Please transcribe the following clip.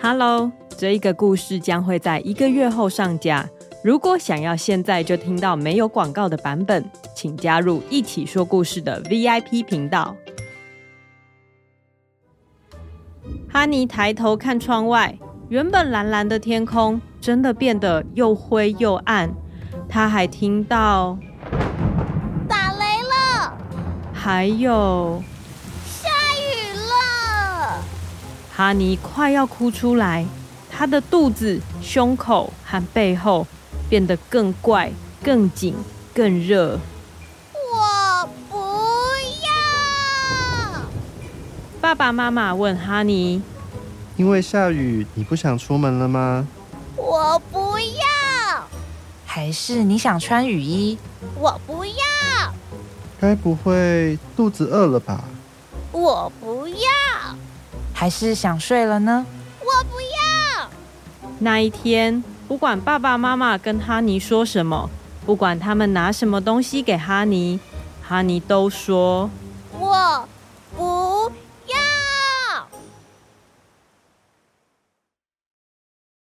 Hello，这一个故事将会在一个月后上架。如果想要现在就听到没有广告的版本，请加入一起说故事的 VIP 频道。哈尼抬头看窗外，原本蓝蓝的天空真的变得又灰又暗。他还听到打雷了，还有下雨了，哈尼快要哭出来，他的肚子、胸口和背后变得更怪、更紧、更热。我不要。爸爸妈妈问哈尼，因为下雨，你不想出门了吗？我不要，还是你想穿雨衣？我不要，该不会肚子饿了吧？我不要，还是想睡了呢？我不要。那一天，不管爸爸妈妈跟哈尼说什么，不管他们拿什么东西给哈尼，哈尼都说我